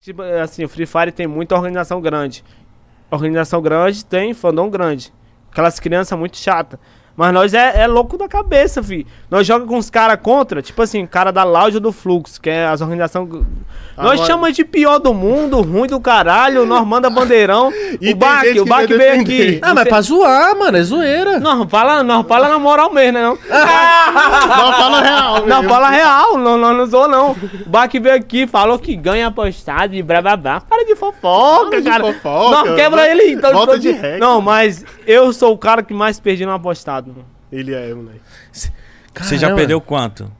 Tipo, assim, o Free Fire tem muita organização grande. Organização grande tem fandom grande. Aquelas crianças muito chata. Mas nós é, é louco da cabeça, fi. Nós joga com os caras contra, tipo assim, cara da Loud ou do Fluxo, que é as organizações. Nós Agora- chamamos de pior do mundo, ruim do caralho, nós manda bandeirão. E tem o Baque, gente o que Baque vai veio defender. aqui. Ah, mas pra zoar, mano, é zoeira. Não, fala, não, fala na moral mesmo, né? Não, Não, fala real. não meu. fala real, não, não, não zoou, não. O Baque veio aqui, falou que ganha apostado e blá blá blá. Para de fofoca, Para de cara. fofoca. né? Não, quebra ele então. Volta todo- de regra. Não, mas eu sou o cara que mais perdi no apostado, mano. Ele é, moleque. Você já Ah, é, Caramba. perdeu quanto?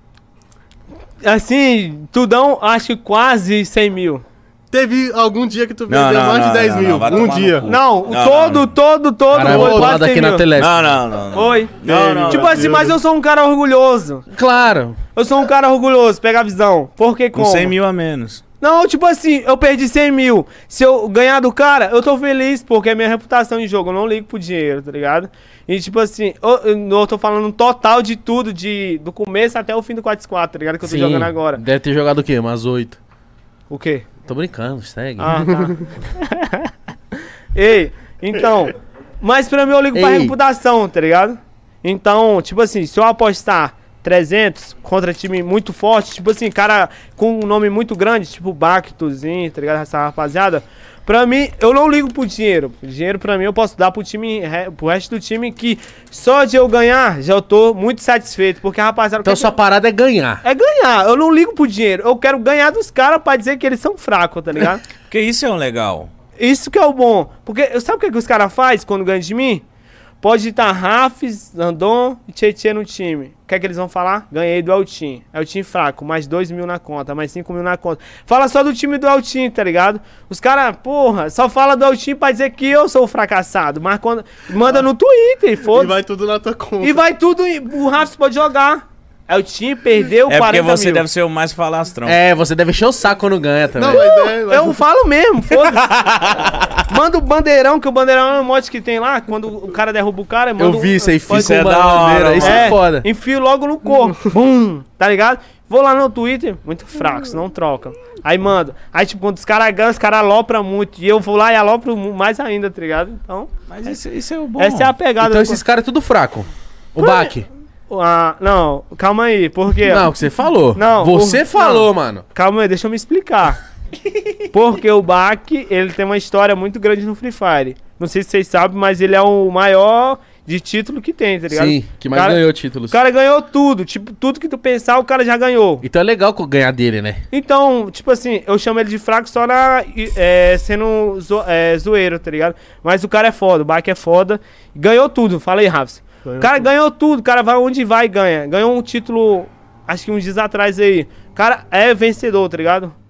Assim, tudão, acho quase 100 mil. Teve algum dia que tu Não, vendeu não, mais não, de 10 não, mil. não, vai um tomar dia. no cu. Não, Não, todo, não. todo, todo, Cara, eu vou foi tomar quase 100 daqui na mil. Telesp. Não, não, não. não. Oi. Não, não, tipo não. assim, mas eu sou um cara orgulhoso. Claro. Eu sou um cara orgulhoso, pega a visão. Por que Com como? 100 mil a menos. Não, tipo assim, eu perdi 100 mil. Se eu ganhar do cara, eu tô feliz, porque é minha reputação em jogo. Eu não ligo pro dinheiro, tá ligado? E tipo assim, eu, eu- eu tô falando um total de tudo, de, do começo até o fim do 4x4, tá ligado? Que eu tô Sim. jogando agora. Deve ter jogado o quê? Umas oito. O quê? Tô brincando, segue. Ah, tá. Ei, então. Mas pra mim eu ligo pra Ei. reputação, tá ligado? Então, tipo assim, se eu apostar 300 contra time muito forte, tipo assim, cara com um nome muito grande, tipo Bactuzinho, tá ligado? Essa rapaziada. Pra mim, eu não ligo pro dinheiro. O dinheiro pra mim eu posso dar pro time, re- pro resto do time que só de eu ganhar já eu tô muito satisfeito. Porque a rapaziada. Então quer- sua parada é ganhar. É ganhar. Eu não ligo pro dinheiro. Eu quero ganhar dos caras pra dizer que eles são fracos, tá ligado? Porque isso é um legal. Isso que é o bom. Porque sabe o que, que os caras fazem quando ganham de mim? Pode estar Rafs, Andon e Tietchan no time. O que é que eles vão falar? Ganhei do Eltim. Eltim fraco, mais 2 mil na conta, mais 5 mil na conta. Fala só do time do Eltim, tá ligado? Os caras, porra, só fala do Eltim pra dizer que eu sou o fracassado. Mas quando. Manda no Twitter, E foda-se. vai tudo na tua conta. E, vai tudo. em- O Rafs pode jogar. Eltim perdeu É 40 porque você mil. deve ser o mais falastrão. É, você deve encher o saco quando ganha também. Não, mas um é. mas- Eu falo mesmo, foda-se. manda o bandeirão, que o bandeirão é um mote que tem lá. Quando o cara derruba o cara, manda um- eu vi isso aí, faz- fiz com é uma da hora, bandeira. mano. Isso é, foda. Enfio logo no corpo. Bum, tá ligado? Vou lá no Twitter, muito fraco, senão troca. Aí manda. Aí, tipo, quando os caras ganham, os caras alopram muito. E eu vou lá e alopro mu- mais ainda, tá ligado? Então, Mas isso, isso é o bom. essa é a pegada. Então do- esses caras é tudo fraco. O Baque. Ah, não, calma aí, por quê? Não, o que você falou. é. Não, Você o- falou, mano. Calma aí, deixa eu me explicar. Porque o Bak, ele tem uma história muito grande no Free Fire. Não sei se vocês sabem, mas ele é o maior de título que tem, tá ligado? Sim, que mais Cara- ganhou títulos. O cara ganhou tudo, tipo, tudo que tu pensar, o cara já ganhou. Então é legal co- ganhar dele, né? Então, tipo assim, eu chamo ele de fraco só na, e- é, sendo zo, é, zoeiro, tá ligado? Mas o cara é foda, o Bak é foda. Ganhou tudo, fala aí, Rafa. O cara ganhou tudo, o cara vai onde vai e ganha. Ganhou um título, acho que uns dias atrás aí. O cara é vencedor, tá ligado?